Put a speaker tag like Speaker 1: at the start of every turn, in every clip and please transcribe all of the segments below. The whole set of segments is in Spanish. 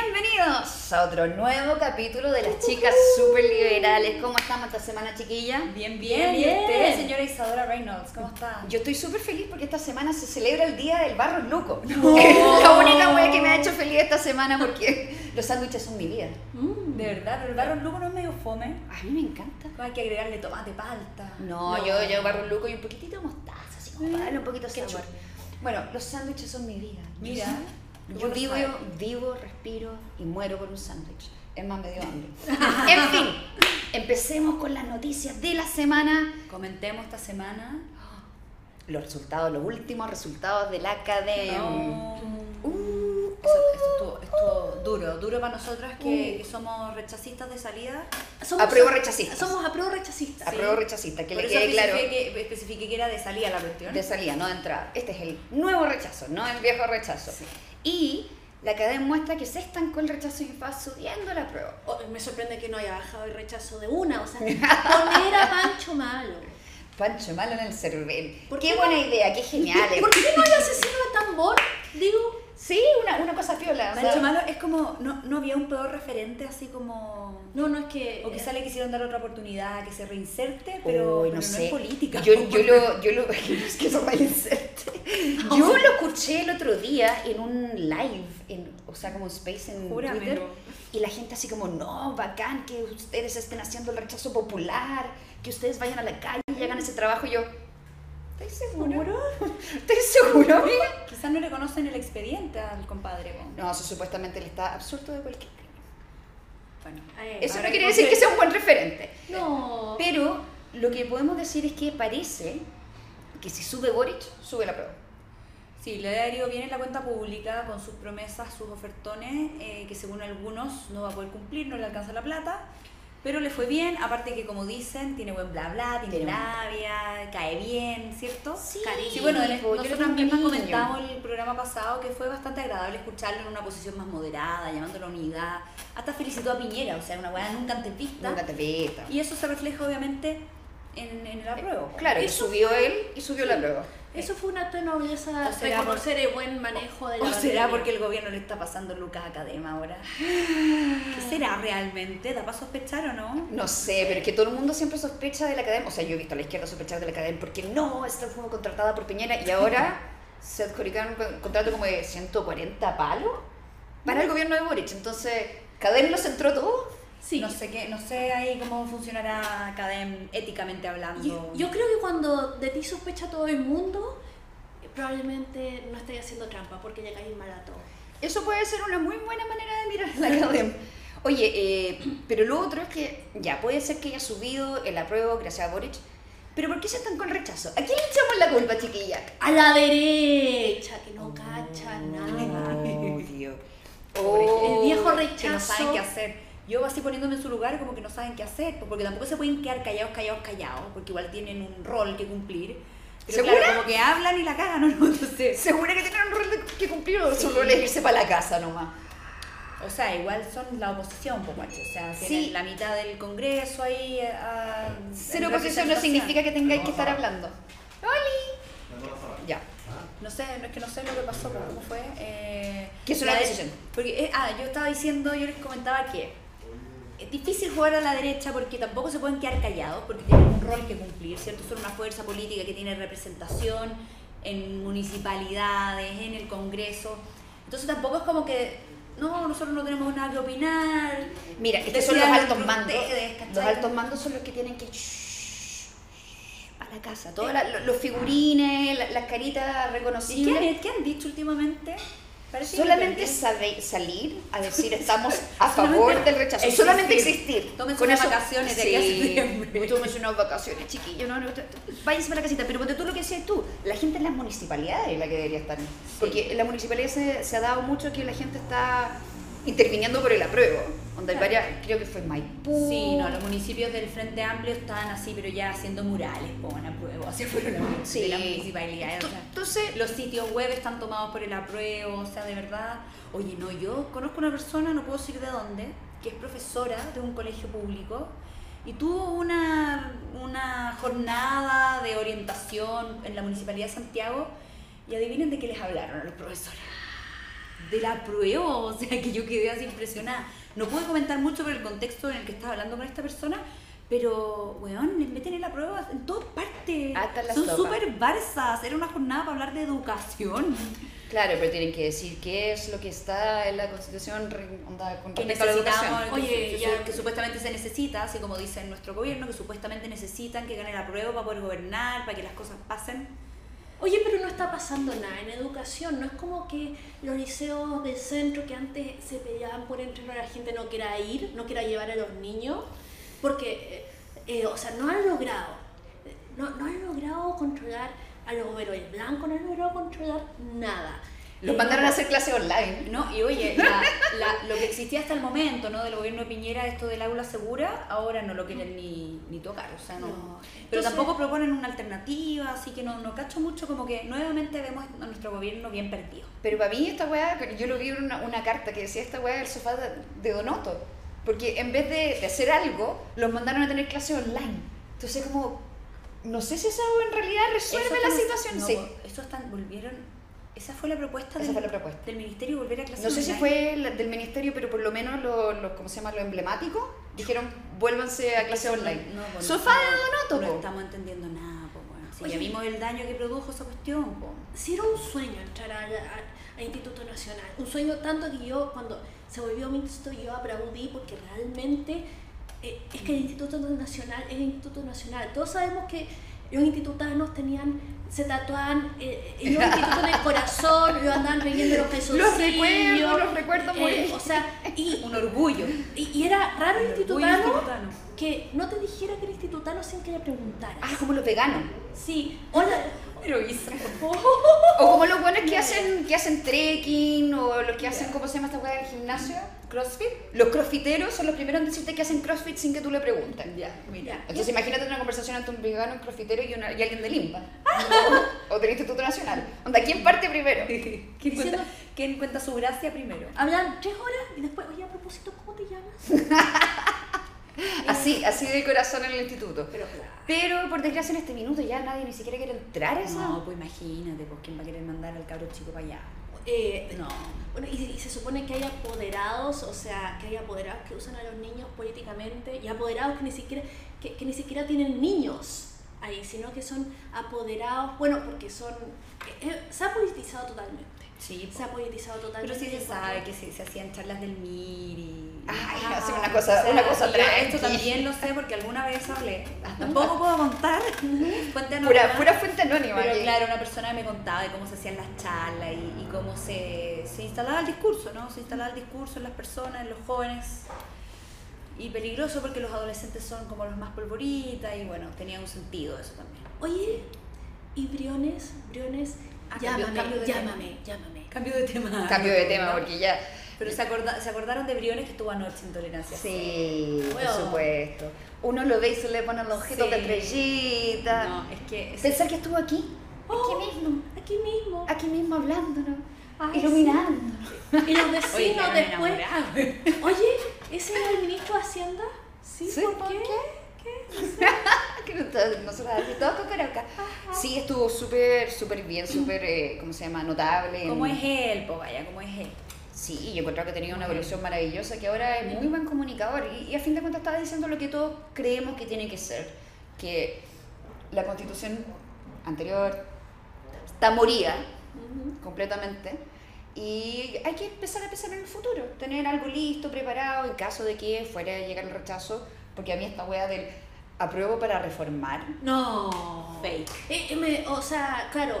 Speaker 1: Bienvenidos a otro nuevo capítulo de las chicas super liberales. ¿Cómo estamos esta semana, chiquilla?
Speaker 2: Bien, bien,
Speaker 3: Bien,
Speaker 2: ¿Y usted,
Speaker 3: bien.
Speaker 2: señora Isadora Reynolds?
Speaker 1: Mm.
Speaker 2: ¿Cómo está?
Speaker 1: Yo estoy súper feliz porque esta semana se celebra el Día del Barro Luco. Es la única wea que me ha hecho feliz esta semana porque los sándwiches son mi vida. Mm.
Speaker 2: De verdad, pero el barro lugo no es medio fome.
Speaker 1: A mí me encanta.
Speaker 2: Hay que agregarle tomate, palta.
Speaker 1: No, yo, yo barro luco y un poquitito de mostaza, así
Speaker 2: Eh,
Speaker 1: como para darle un poquito de sabor. Bueno, los sándwiches son mi vida. Yo
Speaker 2: Mira,
Speaker 1: sé-
Speaker 2: ¿cómo
Speaker 1: Yo
Speaker 2: lo
Speaker 1: vivo,
Speaker 2: sabes?
Speaker 1: vivo, respiro y muero por un sándwich. Es más, me dio hambre. en fin, empecemos con las noticias de la semana.
Speaker 2: Comentemos esta semana.
Speaker 1: Los resultados, los últimos resultados de la academia.
Speaker 2: No.
Speaker 1: Uh,
Speaker 2: Em, Eso, eso estuvo, estuvo duro, duro para nosotras que,
Speaker 1: Uh.
Speaker 2: que somos rechacistas de salida.
Speaker 3: Somos,
Speaker 1: Apruebo rechacistas.
Speaker 3: Somos apruebo rechacistas.
Speaker 1: apruebo rechacista, que
Speaker 2: Por
Speaker 1: le
Speaker 2: eso
Speaker 1: quede claro.
Speaker 2: especifiqué que, especifiqué que era de salida la cuestión.
Speaker 1: De salida, no de entrada. Este es el nuevo rechazo, no el viejo rechazo. Y la academia muestra que se estancó el rechazo y va subiendo la prueba.
Speaker 3: Oh, me sorprende que no haya bajado el rechazo de una. O sea, poner a Pancho malo.
Speaker 1: Pancho malo en el cervel.
Speaker 3: ¿Por
Speaker 1: qué
Speaker 3: qué
Speaker 1: buena idea, qué genial. eh.
Speaker 3: ¿Por qué no hay asesino de tambor? Digo,
Speaker 1: Sí, una, una cosa piola. o sea,
Speaker 2: Pancho Malo es como, no, no había un peor referente así como...
Speaker 3: no, no es que.
Speaker 2: O quizá le quisieron dar otra oportunidad, que se reinserte, pero,
Speaker 1: Uy,
Speaker 2: pero no, es política.
Speaker 1: Yo, yo lo, yo lo, es que eso parece- Yo lo escuché el otro día en un live, en, o sea, como Space en
Speaker 2: Júramelo.
Speaker 1: Twitter, y la gente así como, no, bacán, que ustedes estén haciendo el rechazo popular, que ustedes vayan a la calle y hagan ese trabajo. Y yo, ¿estás seguro?
Speaker 2: ¿Seguro?
Speaker 1: ¿Estás seguro, amiga?
Speaker 2: Quizás no le conocen el expediente al compadre. po.
Speaker 1: No, eso supuestamente le está absuelto de cualquier crimen.
Speaker 2: Bueno,
Speaker 3: Eh,
Speaker 1: Eso no
Speaker 2: Ahora,
Speaker 1: quiere
Speaker 2: ¿por
Speaker 1: decir
Speaker 2: qué?
Speaker 1: que sea un buen referente.
Speaker 3: No.
Speaker 1: Pero lo que podemos decir es que parece que si sube Boric, sube la prueba.
Speaker 2: Sí, le ha ido bien en la cuenta pública con sus promesas, sus ofertones, eh, que según algunos no va a poder cumplir, no le alcanza la plata, pero le fue bien, aparte que como dicen, tiene buen bla bla, tiene,
Speaker 1: Tiene buen-
Speaker 2: labia, cae bien, ¿cierto?
Speaker 1: Sí,
Speaker 2: Sí, bueno,
Speaker 1: po,
Speaker 2: les-
Speaker 1: yo le
Speaker 2: nosotros
Speaker 1: tengo
Speaker 2: mismas
Speaker 1: cariño.
Speaker 2: comentamos el programa pasado que fue bastante agradable escucharlo en una posición más moderada, llamando a la unidad, hasta felicitó a Piñera, o sea, una weá nunca antes vista,
Speaker 1: Nunca te veta.
Speaker 2: y eso se refleja obviamente en, en el apruebo.
Speaker 1: Claro, que
Speaker 3: Eso
Speaker 1: subió él y subió la prueba.
Speaker 3: Eso fue un acto de nobleza.
Speaker 2: O será por-
Speaker 3: reconocer el buen manejo de la
Speaker 2: ¿O será
Speaker 3: pandemia.
Speaker 2: porque el gobierno le está pasando lucas a Cadema ahora? ¿Qué será
Speaker 3: Ah.
Speaker 2: realmente? ¿Da para sospechar o no?
Speaker 1: No sé, pero es que todo el mundo siempre sospecha de la academia. O sea, yo he visto a la izquierda sospechar de la academia porque no, esta fue contratada por Piñera y ahora se adjudicaron un con- contrato como de 140 palos para el gobierno de Boric. Entonces, Cadena los entró todo.
Speaker 3: Sí.
Speaker 2: No sé qué, no sé ahí cómo funcionará Cadem éticamente hablando.
Speaker 3: Yo, yo creo que cuando de ti sospecha todo el mundo, eh, probablemente no estés haciendo trampa porque ya caí mal a todos.
Speaker 1: Eso puede ser una muy buena manera de mirar la academia. Oye, eh, pero lo otro es que ya puede ser que haya subido el apruebo gracias a Boric, pero ¿por qué se están con rechazo? ¿A quién le echamos la culpa, chiquilla?
Speaker 3: A la derecha, que no cacha nada.
Speaker 1: Oh, Dios.
Speaker 3: El viejo
Speaker 2: que no
Speaker 3: rechazo.
Speaker 2: saben qué hacer. Yo así poniéndome en su lugar como que no saben qué hacer, pues, porque tampoco se pueden quedar callados, callados, callados, porque igual tienen un rol que cumplir. Pero
Speaker 1: ¿Segura?
Speaker 2: claro, como que hablan y la cagan, ¿o ¿no? Entonces,
Speaker 1: Segura que tienen un rol de- que cumplir o su
Speaker 2: Sí.
Speaker 1: rol es irse para la casa nomás.
Speaker 2: o sea, igual son la oposición, pues, guacho. O sea, tienen
Speaker 1: Sí.
Speaker 2: la mitad del Congreso ahí. eh, ah,
Speaker 1: Ser
Speaker 2: en
Speaker 1: oposición no significa que tengáis que
Speaker 4: Vamos a
Speaker 1: estar
Speaker 4: ver.
Speaker 1: hablando. Ya.
Speaker 2: No sé, no es que no sé lo que pasó, pero cómo fue. Eh,
Speaker 1: ¿Qué es una
Speaker 2: la de-
Speaker 1: decisión?
Speaker 2: Porque, eh, ah, yo estaba diciendo, yo les comentaba que es difícil jugar a la derecha porque tampoco se pueden quedar callados, porque tienen un rol que cumplir, ¿cierto? Son una fuerza política que tiene representación en municipalidades, en el Congreso. Entonces tampoco es como que, no, nosotros no tenemos nada que opinar.
Speaker 1: Mira, es que son los
Speaker 2: Decidan
Speaker 1: altos
Speaker 2: entre
Speaker 1: mandos.
Speaker 2: ustedes, ¿cachai?
Speaker 1: Los altos mandos son los que tienen que shh, a la casa. Todos la- lo- los figurines, la- las caritas
Speaker 2: ¿Y qué
Speaker 1: reconocibles.
Speaker 2: Eh, han, qué han dicho últimamente? Parece que
Speaker 1: Solamente
Speaker 2: depende.
Speaker 1: sabe- salir a decir estamos a
Speaker 2: Solamente
Speaker 1: favor del rechazo.
Speaker 2: existir.
Speaker 1: Solamente existir.
Speaker 2: Tómense
Speaker 1: Con
Speaker 2: unas
Speaker 1: eso-
Speaker 2: vacaciones de aquí a septiembre.
Speaker 1: Tómense unas vacaciones, chiquillos. No, no, t- t- váyanse para la casita. Pero ponte tú lo que decías tú, la gente en las municipalidades es la que debería estar. Porque en las municipalidades se, se ha dado mucho que la gente está interviniendo por el apruebo. Donde hay varias, creo que fue Maipú.
Speaker 2: Sí, no, los municipios del Frente Amplio estaban así, pero ya haciendo murales, pongan apruebo, así fueron las,
Speaker 1: Sí.
Speaker 2: de las municipalidades. o
Speaker 1: Ento-
Speaker 2: sea,
Speaker 1: Entonces,
Speaker 2: los sitios web están tomados por el apruebo, o sea, de verdad. Oye, no, yo conozco una persona, no puedo decir de dónde, que es profesora de un colegio público y tuvo una, una jornada de orientación en la municipalidad de Santiago y adivinen de qué les hablaron a los profesores. de la prueba, o sea, que yo quedé así impresionada. No pude comentar mucho por el contexto en el que estaba hablando con esta persona, pero, weón, meten en la prueba en todas partes.
Speaker 1: Hasta Ah, en la
Speaker 2: Son
Speaker 1: sopa.
Speaker 2: súper barzas. Era una jornada para hablar de educación.
Speaker 1: Claro, pero tienen que decir qué es lo que está en la Constitución re- onda, con
Speaker 2: que
Speaker 1: respecto a la
Speaker 2: necesitamos,
Speaker 1: educación.
Speaker 2: que
Speaker 3: Oye,
Speaker 2: su- que,
Speaker 3: ya-
Speaker 2: su- que supuestamente se necesita, así como dice nuestro gobierno, que supuestamente necesitan que gane la prueba para poder gobernar, para que las cosas pasen.
Speaker 3: Oye, pero no está pasando nada en educación. No es como que los liceos del centro que antes se peleaban por entrenar a la gente no quiera ir, no quiera llevar a los niños, porque, eh, eh, o sea, no han logrado, eh, no, no han logrado controlar a los overoles blancos, no han logrado controlar nada.
Speaker 1: Los
Speaker 3: Eh,
Speaker 1: mandaron a hacer clases online.
Speaker 2: No, y oye, la- la- lo que existía hasta el momento, ¿no? Del gobierno de Piñera, esto del aula segura, ahora no lo quieren ni, ni tocar, o sea, no.
Speaker 3: No.
Speaker 2: Pero
Speaker 3: Entonces-
Speaker 2: tampoco proponen una alternativa, así que no, no cacho mucho, como que nuevamente vemos a nuestro gobierno bien perdido.
Speaker 1: Pero para mí esta weá, yo lo vi en una, una carta que decía esta weá del sofá de, de Donoto. Porque en vez de, de hacer algo, los mandaron a tener clases online. Entonces como, no sé si eso en realidad resuelve
Speaker 2: Eso
Speaker 1: la
Speaker 2: están-
Speaker 1: situación.
Speaker 2: no,
Speaker 1: sí.
Speaker 2: po, Eso están, volvieron, esa fue la propuesta,
Speaker 1: Esa
Speaker 2: del,
Speaker 1: fue la propuesta.
Speaker 2: del ministerio, volver a clases
Speaker 1: No sé si
Speaker 2: online.
Speaker 1: fue la- del ministerio, pero por lo menos los, los ¿cómo se llama? Los emblemáticos dijeron, vuélvanse a clases online.
Speaker 2: No, po, no
Speaker 1: Sofá
Speaker 2: estamos-
Speaker 1: de Donoto.
Speaker 2: No
Speaker 1: po.
Speaker 2: estamos entendiendo nada, po, weón. Si
Speaker 3: Oye,
Speaker 2: ya
Speaker 3: y-
Speaker 2: vimos el daño que produjo esa cuestión, po.
Speaker 3: Sí era un sueño entrar al, al- al Instituto Nacional. Un sueño tanto que yo, cuando se volvió mixto, yo aplaudí porque realmente eh, es que el Instituto Nacional es el Instituto Nacional. Todos sabemos que los institutanos tenían, se tatuaban eh, en los institutos en el corazón, lo andaban leyendo los calzoncillos.
Speaker 1: recuerdo, los recuerdo muy
Speaker 3: eh,
Speaker 1: bien.
Speaker 3: O sea, y,
Speaker 2: Un orgullo.
Speaker 3: y, y era raro el
Speaker 2: Orgullo
Speaker 3: institutano
Speaker 2: institutano.
Speaker 3: que no te dijera que era institutano sin que le preguntara.
Speaker 1: Ah, como los veganos.
Speaker 3: Sí, hola.
Speaker 2: Lo hizo.
Speaker 1: O como los buenos que hacen, que hacen trekking, o los que hacen, ¿cómo se llama esta weá del gimnasio? ¿Crossfit? Los crossfiteros son los primeros en decirte que hacen crossfit sin que tú le preguntes.
Speaker 2: Ya, mira.
Speaker 1: Entonces imagínate una conversación entre un vegano, un crossfitero y, una- y alguien de Limba.
Speaker 2: Ah.
Speaker 1: o, o del Instituto Nacional. Onda, ¿quién parte primero?
Speaker 2: ¿Quién cuenta, ¿Quién cuenta su gracia primero?
Speaker 1: Ah,
Speaker 3: Hablan tres horas y después, oye, a propósito, ¿cómo te llamas?
Speaker 1: Así, así de corazón en el instituto.
Speaker 3: Pero claro.
Speaker 1: Pero por desgracia en este minuto ya nadie ni siquiera quiere entrar a esa.
Speaker 2: No, pues imagínate, pues quién va a querer mandar al cabro chico para allá.
Speaker 3: Eh,
Speaker 2: No.
Speaker 3: bueno, y, y se supone que hay apoderados, o sea, que hay apoderados que usan a los niños políticamente y apoderados que ni siquiera, que, que ni siquiera tienen niños ahí, sino que son apoderados, bueno, porque son. eh, eh, se ha politizado totalmente.
Speaker 2: Sí,
Speaker 3: Se ha politizado totalmente.
Speaker 2: pero sí se
Speaker 3: Porque-
Speaker 2: sabe que se, se hacían charlas del MIR y...
Speaker 1: Ay,
Speaker 3: Ah,
Speaker 1: hacer una cosa, una cosa
Speaker 2: yo
Speaker 1: tranqui.
Speaker 2: esto también lo sé porque alguna vez hablé. Tampoco puedo contar. Cuéntanos
Speaker 1: Pura,
Speaker 2: más.
Speaker 1: pura fuente anónima.
Speaker 2: Pero
Speaker 1: aquí.
Speaker 2: claro, una persona me contaba de cómo se hacían las charlas y, y cómo se, se instalaba el discurso, ¿no? Se instalaba el discurso en las personas, en los jóvenes. Y peligroso porque los adolescentes son como los más polvoritas y bueno, tenía un sentido eso también.
Speaker 3: Oye, y Briones, Briones,
Speaker 2: Ah, cambió-
Speaker 3: llámame,
Speaker 2: cambio de
Speaker 3: llámame, llámame.
Speaker 2: Cambio de tema.
Speaker 1: Cambio de tema, porque ya.
Speaker 2: Pero se, acorda- se acordaron de Briones que estuvo anoche en Tolerancia.
Speaker 1: Sí, por
Speaker 3: Bueno.
Speaker 1: supuesto. Uno lo ve y se le ponen los ojitos
Speaker 2: Sí.
Speaker 1: de estrellita.
Speaker 2: No, es que... es-
Speaker 1: Pensar que estuvo aquí, aquí mismo,
Speaker 3: Oh, Aquí mismo.
Speaker 1: aquí mismo hablándonos,
Speaker 3: Ay,
Speaker 1: iluminándonos.
Speaker 3: Y los
Speaker 2: Oye,
Speaker 3: vecinos
Speaker 2: quedaron
Speaker 3: después.
Speaker 2: enamorados.
Speaker 3: Oye, ¿ese era el ministro de Hacienda? Sí,
Speaker 1: Sí,
Speaker 3: ¿por,
Speaker 1: ¿por
Speaker 3: qué?
Speaker 1: Ah, Que nosotros- Nosotros así, todos con Caracas. Sí, estuvo súper, súper bien, súper, eh, ¿cómo se llama? Notable. en-
Speaker 2: ¿Cómo es él, po, vaya? ¿Cómo es él?
Speaker 1: Sí, yo encuentro que ha tenido una evolución maravillosa, que ahora es muy buen comunicador y, y a fin de cuentas estaba diciendo lo que todos creemos que tiene que ser, que la constitución anterior está moría completamente y hay que empezar a pensar en el futuro, tener algo listo, preparado en caso de que fuera a llegar el rechazo, porque a mí esta wea del apruebo para reformar.
Speaker 3: No.
Speaker 2: Fake.
Speaker 3: Eh, eh, me- o sea, claro,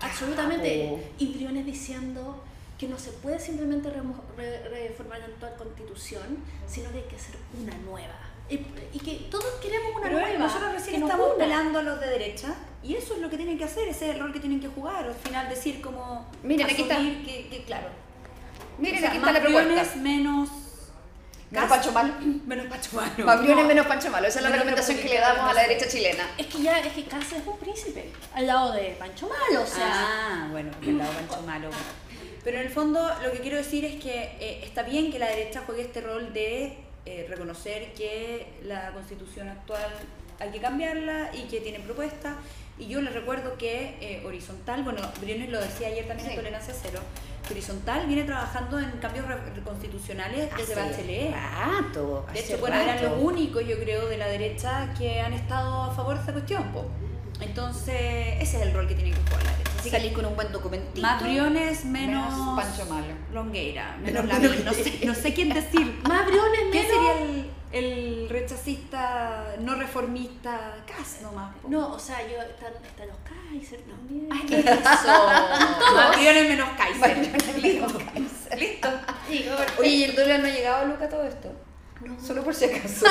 Speaker 3: absolutamente.
Speaker 1: po.
Speaker 3: Y Briones diciendo que no se puede simplemente remo- re- reformar la actual constitución, sino que hay que hacer una nueva. Y, y que todos queremos una
Speaker 2: Pero
Speaker 3: nueva.
Speaker 2: nosotros
Speaker 3: que
Speaker 2: recién
Speaker 3: nos
Speaker 2: estamos
Speaker 3: una.
Speaker 2: pelando a los de derecha y eso es lo que tienen que hacer, ese es el rol que tienen que jugar, al final decir como
Speaker 1: Miren, aquí está.
Speaker 2: asumir que, que, claro.
Speaker 1: Miren,
Speaker 2: o sea,
Speaker 1: aquí está
Speaker 2: más
Speaker 1: la propuesta.
Speaker 2: briones, menos
Speaker 1: Menos
Speaker 2: gas-
Speaker 1: Pancho Malo.
Speaker 2: Menos Pancho Malo.
Speaker 1: Más briones, menos Pancho Malo. Esa es la
Speaker 2: Menos
Speaker 1: recomendación que le
Speaker 2: republicano,
Speaker 1: damos a
Speaker 2: no
Speaker 1: la
Speaker 2: sé.
Speaker 1: derecha chilena.
Speaker 3: Es que ya, es que Cáceres es un príncipe al lado de Pancho Malo, o sea.
Speaker 2: Ah, bueno, porque el lado Pancho Malo. Pero en el fondo lo que quiero decir es que eh, está bien que la derecha juegue este rol de eh, reconocer que la constitución actual hay que cambiarla y que tienen propuestas. Y yo les recuerdo que eh, Horizontal, bueno, Briones lo decía ayer también en
Speaker 1: Sí.
Speaker 2: Tolerancia Cero, horizontal viene trabajando en cambios re- constitucionales desde Bachelet.
Speaker 1: Rato,
Speaker 2: De
Speaker 1: Ah, hace
Speaker 2: hecho, bueno, eran
Speaker 1: rato.
Speaker 2: los únicos, yo creo, de la derecha que han estado a favor de esta cuestión. po. Entonces, ese es el rol que tiene que jugar la derecha. Así que
Speaker 1: Salí con un buen documentito.
Speaker 2: más briones, menos,
Speaker 1: menos Pancho Malo.
Speaker 2: Longueira,
Speaker 1: Menos
Speaker 2: menos, Lavín, no
Speaker 1: Longueira.
Speaker 2: sé, no sé quién decir.
Speaker 3: Más briones,
Speaker 2: ¿Qué
Speaker 3: menos.
Speaker 2: sería el, el rechazista, no reformista, Cas nomás? po?
Speaker 3: No, o sea, yo están, están los Kaiser también.
Speaker 2: Ay, ¿qué Ah, es eso? Más briones, menos Kaiser.
Speaker 1: Listo. Listo.
Speaker 3: Sí,
Speaker 1: Oye, ¿y el dólar no ha llegado a Luca todo esto?
Speaker 3: no.
Speaker 1: Solo por si acaso.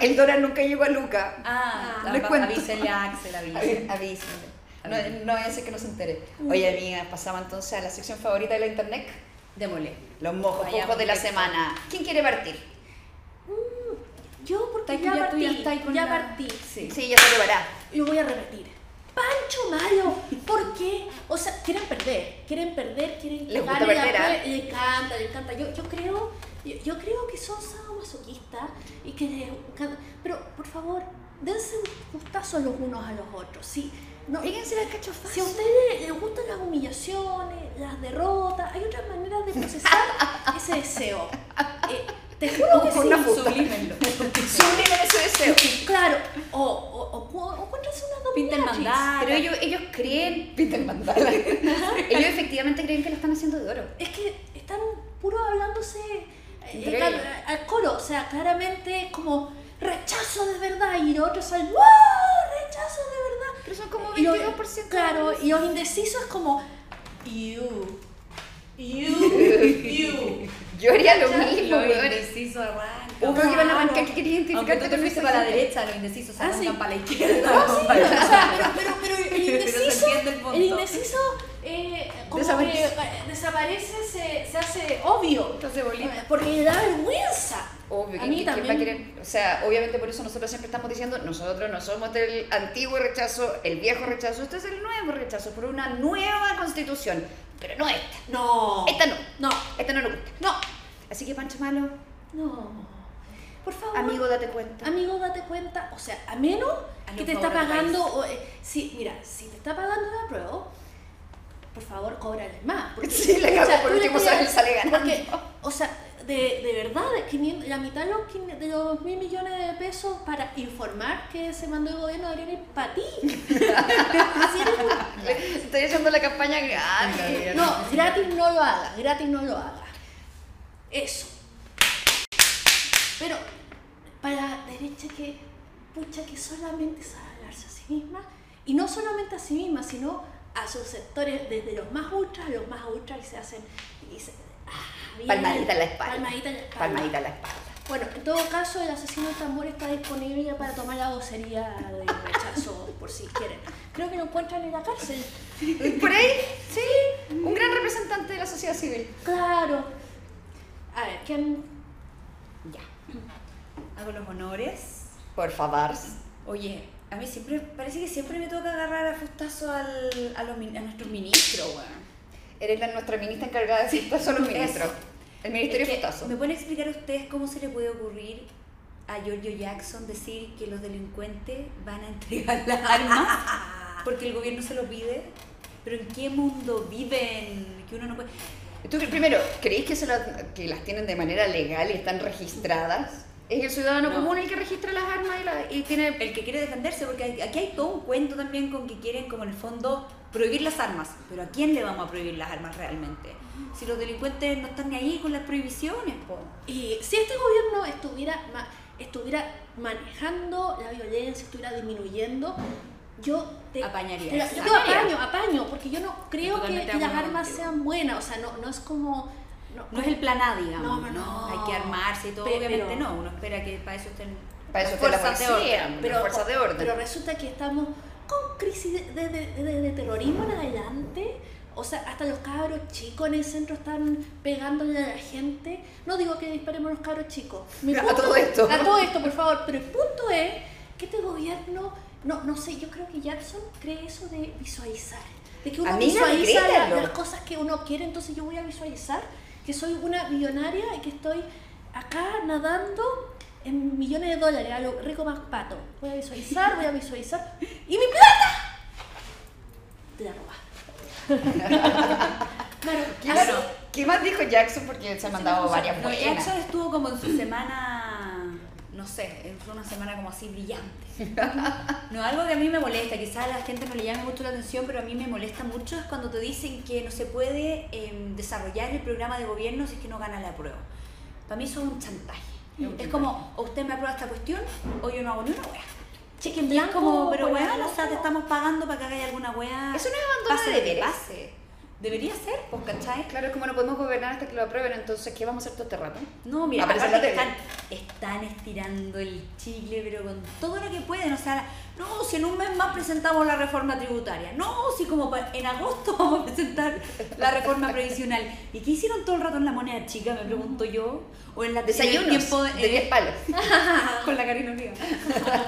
Speaker 1: El dólar nunca llegó a Luca.
Speaker 2: Ah,
Speaker 1: Les
Speaker 2: les
Speaker 1: cuento.
Speaker 2: avísenle a Axel,
Speaker 1: A
Speaker 2: avísenle.
Speaker 1: ver, avísenme. No, no vaya a ser que no se entere. Oye, amiga, pasamos entonces a la sección favorita de la internet.
Speaker 2: Démosle.
Speaker 1: Los mojos
Speaker 2: Vayamos
Speaker 1: pocos de la
Speaker 2: directo.
Speaker 1: semana. ¿Quién quiere partir?
Speaker 3: Mm, Yo porque
Speaker 2: Está
Speaker 3: ya,
Speaker 2: que ya tú
Speaker 3: partí,
Speaker 2: ya
Speaker 3: ya,
Speaker 2: estás con la-
Speaker 3: partí.
Speaker 2: Sí.
Speaker 1: Sí, ya se llevará.
Speaker 3: Lo voy a repetir. Pancho Mario, ¿por qué? O sea, quieren perder, quieren perder, quieren
Speaker 1: Les gusta
Speaker 3: ganar y
Speaker 1: perder, ¿ah?
Speaker 3: después Le encanta, le encanta. Yo, yo creo, yo, yo creo que son sadomasoquistas y que les encanta. Pero por favor, dense un gustazo los unos a los otros. Sí, no,
Speaker 1: Fíjense las cachofas.
Speaker 3: Si a ustedes les gustan las humillaciones, las derrotas, hay otras maneras de procesar ese deseo. Eh, te juro que
Speaker 1: Con
Speaker 3: sí.
Speaker 1: una puta.
Speaker 2: Sublímenlo.
Speaker 1: Sublimen ese deseo.
Speaker 3: Claro, o, o, o, cu- o encuéntrense una
Speaker 2: Pinten
Speaker 3: dominatrix.
Speaker 2: mandala.
Speaker 1: Pero ellos, ellos creen, Peter Mandala, ellos efectivamente creen que lo están haciendo de oro.
Speaker 3: Es que están puro hablándose eh,
Speaker 1: Entre
Speaker 3: cal-
Speaker 1: ellos.
Speaker 3: al coro, o sea, claramente es como rechazo de verdad y los otros salen ¡Wow! ¡Rechazo de
Speaker 1: Pero son
Speaker 3: verdad!
Speaker 1: como
Speaker 3: Y los-
Speaker 1: 22%.
Speaker 3: Claro, y los indecisos es como you, you, you.
Speaker 1: Yo haría lo
Speaker 2: Ya,
Speaker 1: mismo,
Speaker 2: lo
Speaker 1: weón.
Speaker 2: indeciso arranca.
Speaker 1: Hubo que van a bancar que
Speaker 2: Claro.
Speaker 1: quería
Speaker 2: Aunque
Speaker 1: identificarte
Speaker 2: tú te
Speaker 1: con
Speaker 2: fuiste
Speaker 1: esa
Speaker 2: para la
Speaker 1: gente.
Speaker 2: derecha, los indecisos
Speaker 3: Ah,
Speaker 2: arrancan
Speaker 3: sí.
Speaker 2: para la izquierda.
Speaker 3: No, sí,
Speaker 2: Para
Speaker 3: o
Speaker 2: la-
Speaker 3: sea, pero, pero, pero el
Speaker 2: Pero se
Speaker 3: indeciso,
Speaker 2: entiende el
Speaker 3: el,
Speaker 2: punto.
Speaker 3: indeciso eh, como
Speaker 1: Desaparece.
Speaker 3: que, eh, desaparece, se, se hace obvio.
Speaker 2: Se hace bolita.
Speaker 3: Eh, Porque le da vergüenza.
Speaker 1: Obvio,
Speaker 3: a
Speaker 1: ¿quién,
Speaker 3: mí
Speaker 1: quién va
Speaker 3: también.
Speaker 1: a querer? O sea, obviamente por eso nosotros siempre estamos diciendo, nosotros no somos del antiguo rechazo, el viejo rechazo, este es el nuevo rechazo, por una nueva constitución, pero no esta.
Speaker 3: No.
Speaker 1: Esta no,
Speaker 3: Oh. No.
Speaker 1: esta no nos gusta.
Speaker 3: No.
Speaker 1: Así que Pancho Malo,
Speaker 3: No. Por favor.
Speaker 1: amigo, date cuenta.
Speaker 3: Amigo, date cuenta, o sea, a menos
Speaker 2: Hazle
Speaker 3: que
Speaker 2: un
Speaker 3: te está
Speaker 2: favor al
Speaker 3: pagando, o, eh, sí, mira, si te está pagando la prueba, por favor, cóbrale más. Porque,
Speaker 1: Sí, la cago, por
Speaker 3: tú le
Speaker 1: último
Speaker 3: cuidas-
Speaker 1: sale- sale ganando.
Speaker 3: Porque, o sea, de, de verdad, de 500 la mitad de los, 500 de los mil millones de pesos para informar que se mandó el gobierno de Ariel para ti. Así eres tú.
Speaker 1: Estoy haciendo la campaña grande.
Speaker 3: Eh, no, gratis no lo hagas, gratis no lo hagas. Eso. Pero para la derecha que, pucha, que solamente sabe hablarse a sí misma, y no solamente a sí misma, sino a sus sectores, desde los más ultras a los más ultras, y se hacen... Y se- ah, bien.
Speaker 1: Palmadita en la espalda.
Speaker 3: Palmadita en la espalda.
Speaker 1: Palmadita en la espalda.
Speaker 3: Bueno, en todo caso, el asesino del tambor está disponible para tomar la vocería de rechazo, por si quieren. Creo que lo encuentran en la cárcel.
Speaker 1: Por ahí, sí, un gran representante de la sociedad civil.
Speaker 3: Claro. A ver, ¿quién?
Speaker 1: Ya.
Speaker 2: Hago los honores.
Speaker 1: Por favor.
Speaker 2: Oye, a mí siempre, parece que siempre me toca agarrar a fustazo al, a, los, min- a nuestros ministros, weón.
Speaker 1: Eres la, nuestra ministra encargada de decir "Estos son los ministros.
Speaker 2: Eso.
Speaker 1: El ministerio
Speaker 2: Es que,
Speaker 1: Futazo.
Speaker 2: ¿Me pueden explicar ustedes cómo se le puede ocurrir a Giorgio Jackson decir que los delincuentes van a entregar las armas porque el gobierno se lo pide? ¿Pero en qué mundo viven? Que uno no puede...
Speaker 1: ¿Tú cre- primero, creéis que, se la- que las tienen de manera legal y están registradas? ¿Es el ciudadano
Speaker 2: No.
Speaker 1: común el que registra las armas y, la- y tiene...
Speaker 2: El que quiere defenderse, porque aquí hay todo un cuento también con que quieren, como en el fondo, prohibir las armas. Pero ¿a quién le vamos a prohibir las armas realmente? Si los delincuentes no están ni ahí con las prohibiciones, po.
Speaker 3: Y si este gobierno estuviera, ma- estuviera manejando la violencia, estuviera disminuyendo, yo te
Speaker 2: Apañarías.
Speaker 3: te la- yo te
Speaker 1: Apañaría.
Speaker 3: apaño, apaño, porque yo no creo que,
Speaker 2: Totalmente
Speaker 3: que las
Speaker 2: acuerdo
Speaker 3: armas
Speaker 2: contigo.
Speaker 3: sean buenas, o sea, no, no es como... No,
Speaker 2: No es el plan A, digamos.
Speaker 3: No, no, no.
Speaker 2: Hay que armarse y todo,
Speaker 3: Pe-
Speaker 2: obviamente
Speaker 3: pero-
Speaker 2: no. Uno espera que para eso estén
Speaker 1: Para eso
Speaker 2: las
Speaker 1: está la
Speaker 2: fuerzas de
Speaker 1: policía,
Speaker 2: orden.
Speaker 1: las fuerzas de orden.
Speaker 3: Pero resulta que estamos con crisis de, de- de- de terrorismo en adelante. O sea, hasta los cabros chicos en el centro están pegándole a la gente. No digo que disparemos a los cabros chicos. Mi
Speaker 1: A todo esto.
Speaker 3: A todo esto, por favor. Pero el punto es que este gobierno, no, no sé, yo creo que Jackson cree eso de visualizar. De que uno
Speaker 1: Amiga,
Speaker 3: visualiza la-
Speaker 1: decrétalo.
Speaker 3: las cosas que uno quiere, entonces yo voy a visualizar que soy una millonaria y que estoy acá nadando en millones de dólares, a lo rico más pato. Voy a visualizar, voy a visualizar. ¡Y mi plata! Te la robaste. Claro,
Speaker 1: Claro.
Speaker 3: así.
Speaker 1: ¿Qué más dijo Jackson? Porque se ha mandado varias
Speaker 2: No,
Speaker 1: buenas.
Speaker 2: Jackson estuvo como en su semana, no sé, fue una semana como así brillante. No, algo que a mí me molesta, quizás a la gente no le llame mucho la atención, pero a mí me molesta mucho es cuando te dicen que no se puede em, desarrollar el programa de gobierno si es que no gana la prueba. Para mí eso es un chantaje. Es como, o usted me aprueba esta cuestión, o yo no hago ni una wea.
Speaker 3: Cheque en
Speaker 2: Y es
Speaker 3: blanco.
Speaker 2: como, pero
Speaker 3: por
Speaker 2: weón,
Speaker 3: ejemplo.
Speaker 2: o sea, te estamos pagando para que hagas alguna wea.
Speaker 1: Eso no es abandono
Speaker 2: pase
Speaker 1: de
Speaker 2: lo que
Speaker 1: deberes.
Speaker 2: pase. Debería ser, pues, ¿cachai?
Speaker 1: Claro, es como no podemos gobernar hasta que lo aprueben, entonces, ¿qué vamos a hacer todo este rato?
Speaker 2: No, mira,
Speaker 1: Aparece
Speaker 2: aparte
Speaker 1: en la
Speaker 2: están, están estirando el chicle, pero con todo lo que pueden. O sea, no, si en un mes más presentamos la reforma tributaria. No, si como pa- en agosto vamos a presentar la reforma previsional. ¿Y qué hicieron todo el rato en la moneda chica, me pregunto yo? O en la en el
Speaker 1: Desayunos
Speaker 2: tiempo
Speaker 1: de 10 palos.
Speaker 2: con la Karina Oliva.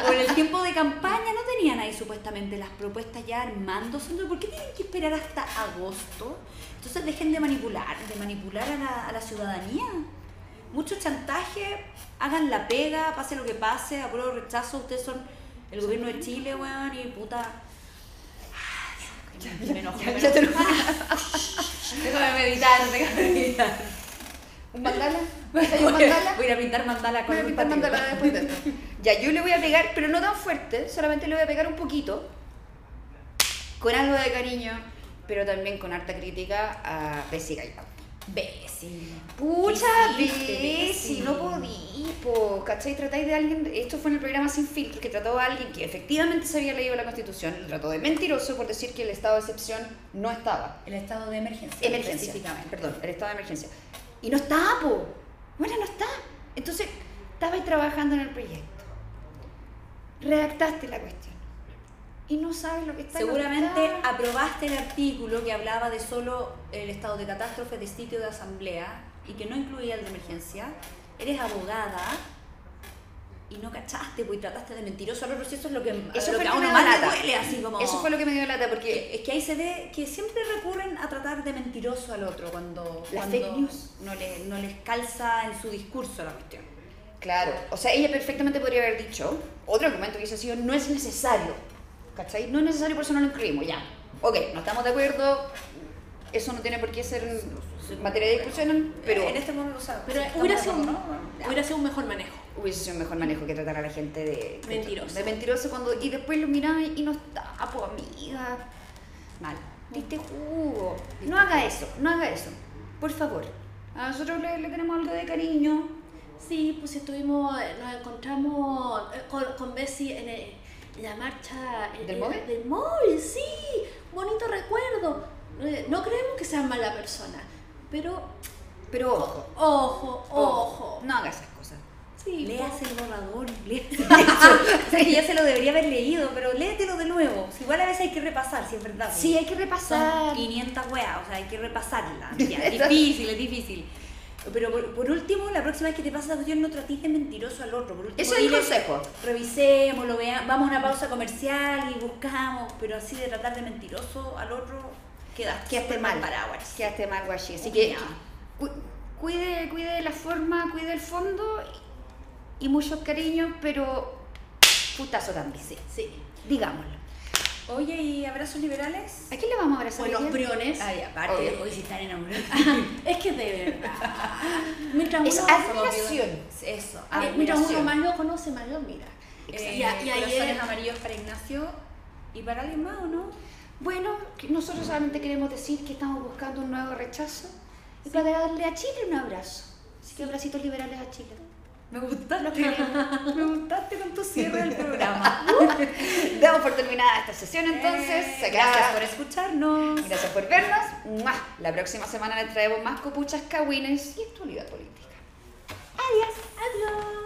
Speaker 2: O en el tiempo de campaña no tenían ahí supuestamente las propuestas ya armándose. Entonces, ¿por qué tienen que esperar hasta agosto? Entonces dejen de manipular, de manipular a la, a la ciudadanía. Mucho chantaje, hagan la pega, pase lo que pase, apruebo rechazo, ustedes son el gobierno de Chile, weón, y puta. Me enojo, me
Speaker 1: ya te
Speaker 2: enojo. Déjame meditar, déjame meditar.
Speaker 1: ¿Un mandala?
Speaker 2: Voy
Speaker 1: ¿Hay un mandala?
Speaker 2: a ir a pintar mandala
Speaker 1: Voy
Speaker 2: con
Speaker 1: a
Speaker 2: un
Speaker 1: pintar
Speaker 2: patio.
Speaker 1: mandala después de esto. Ya, yo le voy a pegar, pero no tan fuerte, solamente le voy a pegar un poquito, con algo de cariño, pero también con harta crítica a Bessie Gallardo.
Speaker 2: Bécil.
Speaker 1: Pucha,
Speaker 2: ¿Qué hiciste,
Speaker 1: Bessie,
Speaker 2: Bessie?
Speaker 1: no podí, po, ¿cachai? Tratáis de alguien, esto fue en el programa Sin Filtro, que trató a alguien que efectivamente se había leído la Constitución, lo trató de mentiroso por decir que el estado de excepción no estaba.
Speaker 2: El estado de emergencia.
Speaker 1: Emergencia,
Speaker 2: Específicamente.
Speaker 1: perdón, el estado de emergencia. Y no estaba, po, bueno, no está. Entonces, estabais trabajando en el proyecto, redactaste la cuestión, y no sabes lo que está
Speaker 2: Seguramente
Speaker 1: redactado.
Speaker 2: aprobaste el artículo que hablaba de solo el estado de catástrofe de sitio de asamblea y que no incluía el de emergencia. Eres abogada y no cachaste, pues y trataste de mentiroso al otro. Si eso es lo que,
Speaker 1: Eso fue
Speaker 2: lo que
Speaker 1: lo
Speaker 2: a
Speaker 1: que
Speaker 2: uno
Speaker 1: me
Speaker 2: más
Speaker 1: dio
Speaker 2: le
Speaker 1: lata.
Speaker 2: duele, así como...
Speaker 1: Eso fue lo que me dio lata, porque
Speaker 2: que- es que ahí se ve que siempre recurren a tratar de mentiroso al otro cuando,
Speaker 1: Las
Speaker 2: cuando
Speaker 1: fake news.
Speaker 2: No, les, no les calza en su discurso la cuestión.
Speaker 1: Claro, o sea, ella perfectamente podría haber dicho, otro argumento que hubiese sido, no es necesario, ¿cachai? No es necesario, por eso no lo incluimos, ya. Ok, no estamos de acuerdo, eso no tiene por qué ser materia de discusión, pero
Speaker 2: en este momento, o sea,
Speaker 3: Pero
Speaker 2: estamos
Speaker 3: hubiera
Speaker 2: de
Speaker 3: sido,
Speaker 2: acuerdo,
Speaker 3: un,
Speaker 2: ¿no? Ya.
Speaker 3: hubiera sido un mejor manejo.
Speaker 1: hubiese sido un mejor manejo que tratar a la gente de...
Speaker 3: Mentiroso.
Speaker 1: De mentiroso cuando... Y después lo miraba y no está, pues amiga,
Speaker 2: Mal.
Speaker 1: diste jugo. No haga eso, no haga eso, por favor. A nosotros le, le tenemos algo de cariño.
Speaker 3: Sí, pues estuvimos, eh, nos encontramos eh, con, con Bessie en, el- en la marcha eh,
Speaker 1: ¿Del
Speaker 3: eh,
Speaker 1: móvil?
Speaker 3: del móvil, sí, bonito recuerdo. Eh, No creemos que sea mala persona, pero
Speaker 1: Pero ojo,
Speaker 3: ojo,
Speaker 2: Oh.
Speaker 1: ojo,
Speaker 3: ojo.
Speaker 1: no haga esas cosas.
Speaker 3: Sí, pues,
Speaker 2: Leas el borrador, leas el texto. O sea, que ya se lo debería haber leído, pero léetelo de nuevo. Si igual a veces hay que repasar, si es verdad.
Speaker 1: Sí,
Speaker 2: porque
Speaker 1: hay que repasar.
Speaker 2: son 500 weas, o sea, hay que repasarla. Ya, es difícil, es difícil. Pero por, por último, la próxima vez que te pasa esa cuestión, no trates de mentiroso al otro. Por último,
Speaker 1: Eso es el
Speaker 2: dile,
Speaker 1: consejo.
Speaker 2: Revisemos, lo veamos, vamos a una pausa comercial y buscamos, pero así de tratar de mentiroso al otro, quedaste,
Speaker 1: Que esté
Speaker 2: súper
Speaker 1: mal.
Speaker 2: paraguas.
Speaker 1: que hace mal guachi. Así
Speaker 2: Uy,
Speaker 1: que
Speaker 2: ya.
Speaker 1: cu- cuide, cuide la forma, cuide el fondo y, y muchos cariños, pero putazo también.
Speaker 2: Sí.
Speaker 1: Digámoslo.
Speaker 2: Oye, ¿y abrazos liberales?
Speaker 1: ¿A quién le vamos a abrazar?
Speaker 3: o los
Speaker 1: hoy día?
Speaker 3: priones.
Speaker 2: Ay, aparte,
Speaker 1: Obvio.
Speaker 2: hoy sí están enamorados.
Speaker 3: Es que de verdad. Mientras
Speaker 1: Es
Speaker 3: uno,
Speaker 1: admiración.
Speaker 2: Eso,
Speaker 3: eh, mientras uno
Speaker 2: admiración.
Speaker 3: más lo conoce, más lo mira.
Speaker 2: Eh,
Speaker 3: y, a- y ayer,
Speaker 2: corazones amarillos para Ignacio y para alguien más, ¿o no?
Speaker 1: Bueno, que nosotros solamente queremos decir que estamos buscando un nuevo rechazo y para darle a Chile un abrazo. Así que abracitos liberales a Chile.
Speaker 2: Me gustaste, me gustaste con tu cierre del programa.
Speaker 1: Damos por terminada esta sesión entonces.
Speaker 2: Eh,
Speaker 1: Se acaba.
Speaker 2: gracias por escucharnos.
Speaker 1: Gracias por vernos. ¡Mua! La próxima semana les traemos más copuchas, cagüines y actualidad política.
Speaker 2: Adiós.